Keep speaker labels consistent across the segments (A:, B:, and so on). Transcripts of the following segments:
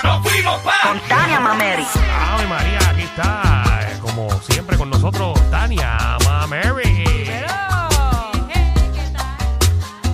A: contigo, pa.
B: Con Tania Mameri.
C: Ave María, aquí está, eh, como siempre con nosotros, Tania Mameri.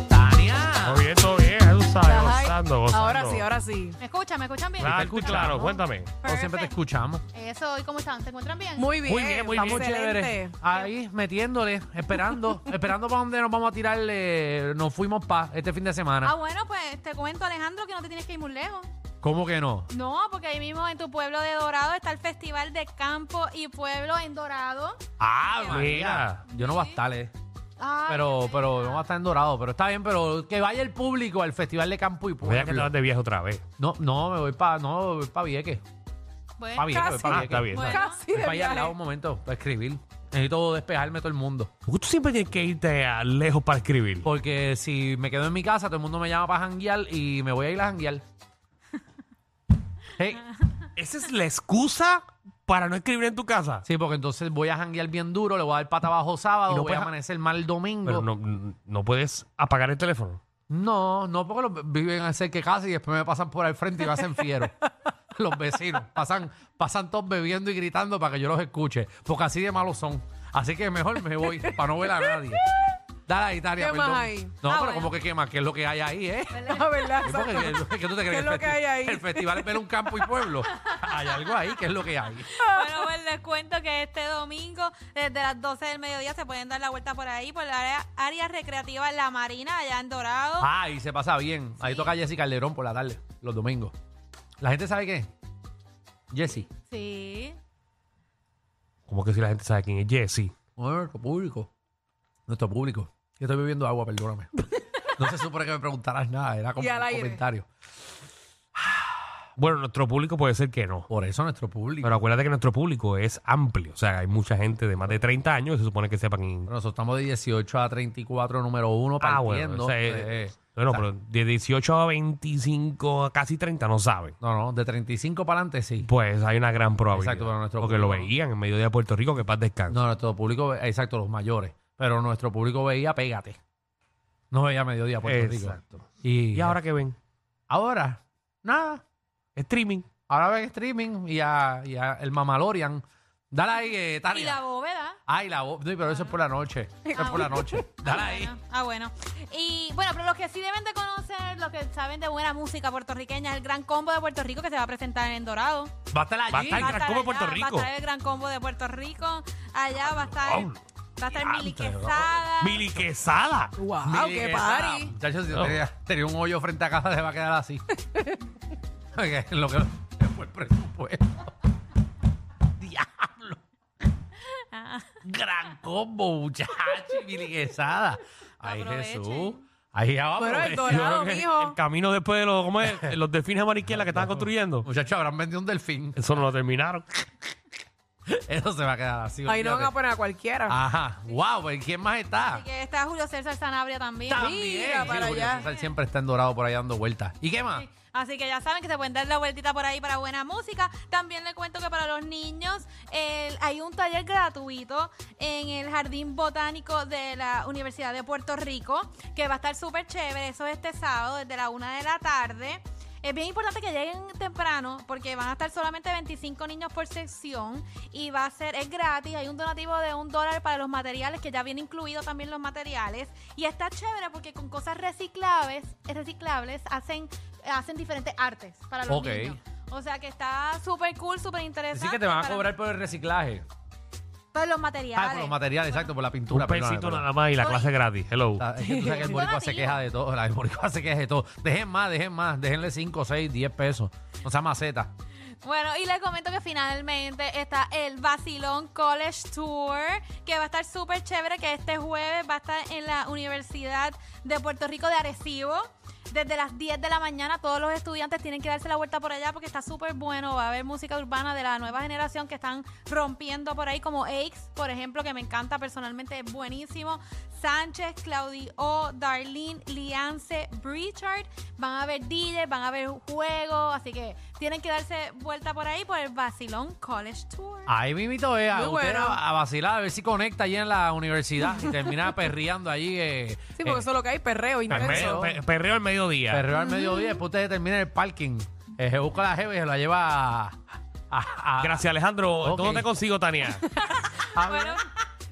D: Tania.
C: Todo bien, todo bien, tú sabes,
E: Ajá.
C: gozando, gozando.
E: Ahora sí, ahora sí.
F: ¿Me escuchan? ¿Me escuchan bien?
C: Claro,
D: escuchamos.
C: claro, cuéntame.
D: No siempre te
F: Perfecto.
D: escuchamos.
F: Eso, ¿y cómo están? ¿Se encuentran bien?
E: Muy bien,
D: Muy bien, muy bien.
E: estamos
D: Chévere.
E: excelente.
D: Ahí metiéndole, esperando, esperando para donde nos vamos a tirarle. Nos fuimos para este fin de
F: Ah,
D: semana.
F: bueno, pues te cuento, Alejandro, que no te tienes que ir muy lejos.
E: Ah.
D: ¿Cómo que no?
F: No, porque ahí mismo en tu pueblo de Dorado está el Festival de Campo y Pueblo en Dorado.
D: Ah,
C: María.
D: María. Yo no va a estar, eh.
F: Ah,
D: Pero, pues, pero no va a estar en dorado, pero está bien, pero que vaya el público al Festival de Campo y
C: Voy a que te
D: Pueblo.
C: vas de viaje otra vez.
D: No, no, me voy para, no, voy para Vieques.
F: bueno,
D: Pa' Vieques, voy
E: casi.
D: pa'
C: Ah, está
D: Vieques.
C: bien.
F: Bueno.
E: Casi
D: Voy
E: de
D: para allá al
E: viaje.
D: lado un momento, para escribir. Necesito despejarme todo el mundo.
C: ¿Por qué tú siempre tienes que irte a lejos para escribir?
D: Porque si me quedo en mi casa, todo el mundo me llama para janguear y me voy a ir a janguear. Hey,
C: ¿Esa es la excusa para no escribir en tu casa?
D: sí, porque entonces voy a janguear bien duro, le voy a dar pata abajo sábado,
C: Y no
D: voy a
C: puedes-
D: amanecer mal domingo.
C: Pero
D: no.
C: no, no puedes apagar el teléfono.
D: no, porque los viven a cerca de casa y después me pasan por al frente y me hacen fiero. los vecinos pasan, pasan todos bebiendo y gritando para que yo los escuche, porque así de malos son. Así que mejor me voy para no ver a nadie. Dale ahí, Tania,
E: ¿Qué más
D: perdón.
E: hay?
D: No,
F: Ah,
D: pero
F: bueno.
D: como que qué más, ¿qué es lo que hay ahí, eh?
E: La verdad,
D: Sí, porque,
E: exacto.
D: ¿qué- qué tú te crees?
E: ¿Qué es lo
D: El
E: que
D: festi-
E: hay ahí?
D: El festival es ver un campo y pueblo. Hay algo ahí, ¿qué es lo que hay?
F: Bueno, pues les cuento que este domingo, desde las 12 del mediodía, se pueden dar la vuelta por ahí, por la área, área recreativa La Marina, allá en Dorado.
D: Ah, y se pasa bien. Ahí toca Jessy Calderón por la tarde, los domingos. ¿La gente sabe qué? Jessy.
F: Sí.
C: Como que si la gente sabe quién es Jesse.
D: Bueno, Nuestro público. Nuestro público. Yo estoy bebiendo agua, perdóname. No se supone que me preguntaras nada, era como
E: Y al
D: un
E: aire.
D: comentario.
C: Bueno, nuestro público puede ser que no.
D: Por eso nuestro público.
C: Pero acuérdate que nuestro público es amplio. O sea, hay mucha gente de más de 30 años que se supone que sepan quién.
D: Pero nosotros estamos de 18 a 34, número uno,
C: Ah,
D: partiendo.
C: bueno. o sea,
D: Eh,
C: eh,
D: eh.
C: bueno,
D: o sea,
C: pero de 18 a 25, a casi 30 no saben.
D: No, no, de 35 para adelante sí.
C: Pues hay una gran probabilidad.
D: Exacto, pero nuestro
C: Porque lo
D: público no.
C: veían en medio de Puerto Rico, que paz descanso.
D: No, nuestro público, ve- exacto, los mayores. Pero nuestro público veía Pégate. No veía Mediodía Puerto Rico.
C: Exacto.
D: Y,
C: ¿Y ahora qué ven?
D: Ahora, nada.
C: Streaming.
D: Ahora ven streaming y a, y a el Mamalorian. Dale ahí, eh, Tania.
F: Y la bóveda.
D: Ay, la voz. No, pero eso es por la noche. Eso es por la noche. Dale
F: Ah,
D: ahí.
F: bueno. Ah, bueno. Y bueno, pero los que sí deben de conocer, los que saben de buena música puertorriqueña, el gran combo de Puerto Rico que se va a presentar en Dorado.
D: Va a estar
C: Va a
D: allí.
C: estar Ah, El
F: Va a
C: Gran
F: estar
C: Combo de Puerto
F: allá,
C: Rico.
F: Va a estar el gran combo de Puerto Rico. Allá va a estar,
C: Diablo.
F: va a estar Mili
D: Diantre,
F: Quesada.
C: Mili Quesada.
E: Wow,
D: Mire
E: qué
D: que esa-
E: party.
D: Muchachos, si
C: No.
D: tenía, tenía un hoyo frente a casa, se va a quedar así. Porque es lo que lo- fue el presupuesto. Diablo.
E: Ah.
D: Gran combo, muchacho, y miliquesada. Ay,
F: Aprovechen.
D: Jesús. Ahí ya va,
E: Bueno, el
D: aprovechen.
E: dorado,
D: Yo creo que-
E: mijo.
C: El camino después de los, ¿cómo es? los delfines amarillentos que estaban construyendo.
D: Muchachos, habrán vendido un delfín.
C: Eso no lo terminaron.
D: Eso se va a quedar así.
E: Ahí no van a
D: olvídate.
E: poner a cualquiera.
D: Ajá. Wow, pues ¿quién más está?
F: Así que está Julio César Sanabria también.
E: Mira para
D: Julio
E: allá.
D: César siempre está en dorado por ahí dando vueltas. ¿Y qué más?
F: Sí. Así que ya saben que se pueden dar la vueltita por ahí para buena música. También les cuento que para los niños el- hay un taller gratuito en el Jardín Botánico de la Universidad de Puerto Rico, que va a estar súper chévere. Eso es este sábado desde la una de la tarde. Es bien importante que lleguen temprano porque van a estar solamente 25 niños por sección y va a ser, es gratis, hay un donativo de un dólar para los materiales, que ya viene incluido también los materiales. Y está chévere porque con cosas reciclables, reciclables hacen, hacen diferentes artes para los
D: Ok.
F: niños. O sea que está súper cool, súper interesante.
D: Así que te van a
F: para-
D: cobrar por el reciclaje.
F: por los
D: Ah,
F: materiales.
D: por los materiales, exacto, por la
C: Un
D: pintura. perdóname,
C: pesito
D: perdóname.
C: nada más y la clase gratis. Hello.
D: Ah, es que tú sabes que el boricua se
F: Donativo.
D: queja de todo. la- El boricua se queja de todo. Dejen más, dejen más. Déjenle 5, 6, 10 pesos. No sea maceta.
F: Bueno, y les comento que finalmente está el Basilón College Tour, que va a estar súper chévere, que este jueves va a estar en la Universidad de Puerto Rico de Arecibo. Desde las 10 de la mañana todos los estudiantes tienen que darse la vuelta por allá porque está súper bueno. Va a haber música urbana de la nueva generación que están rompiendo por ahí, como Aix, por ejemplo, que me encanta personalmente, es buenísimo. Sánchez, Claudio, Darlene, Liance, Richard. Van a haber DJ, van a haber juegos, así que tienen que darse vuelta por ahí por el Basilón College Tour.
D: Ahí mimito es. A,
E: Muy
D: usted
E: bueno.
D: a, a vacilar, a ver si conecta allí en la universidad y termina perreando allí. eh,
E: Sí, porque
D: eh,
E: eso es lo que hay, perreo
C: Al
E: intenso.
C: medio- pe- Perreo al mediodía.
D: Perreo al mediodía, después ustedes terminan en el parking. Eh, se busca la jeva y se la lleva a. a- a-
C: Gracias, Alejandro.
D: Ah, Ok.
C: ¿Dónde te consigo, Tania?
D: a-
F: Bueno,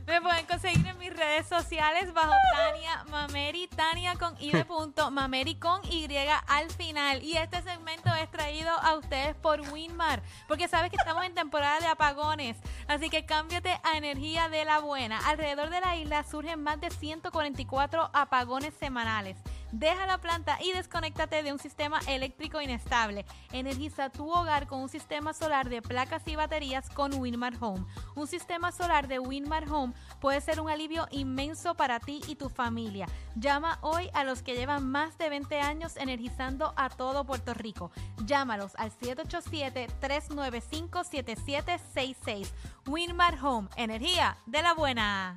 F: me pueden conseguir en mis redes sociales bajo Tania Mameri, Tania con I de punto, Mameri con Y al final. Y este segmento es traído a ustedes por Winmar, porque sabes que estamos en temporada de apagones, así que cámbiate a energía de la buena. Alrededor de la isla surgen más de 144 apagones semanales. Deja la planta y desconéctate de un sistema eléctrico inestable. Energiza tu hogar con un sistema solar de placas y baterías con Winmar Home. Un sistema solar de Winmar Home puede ser un alivio inmenso para ti y tu familia. Llama hoy a los que llevan más de 20 años energizando a todo Puerto Rico. Llámalos al 787-395-7766. Winmar Home, energía de la buena.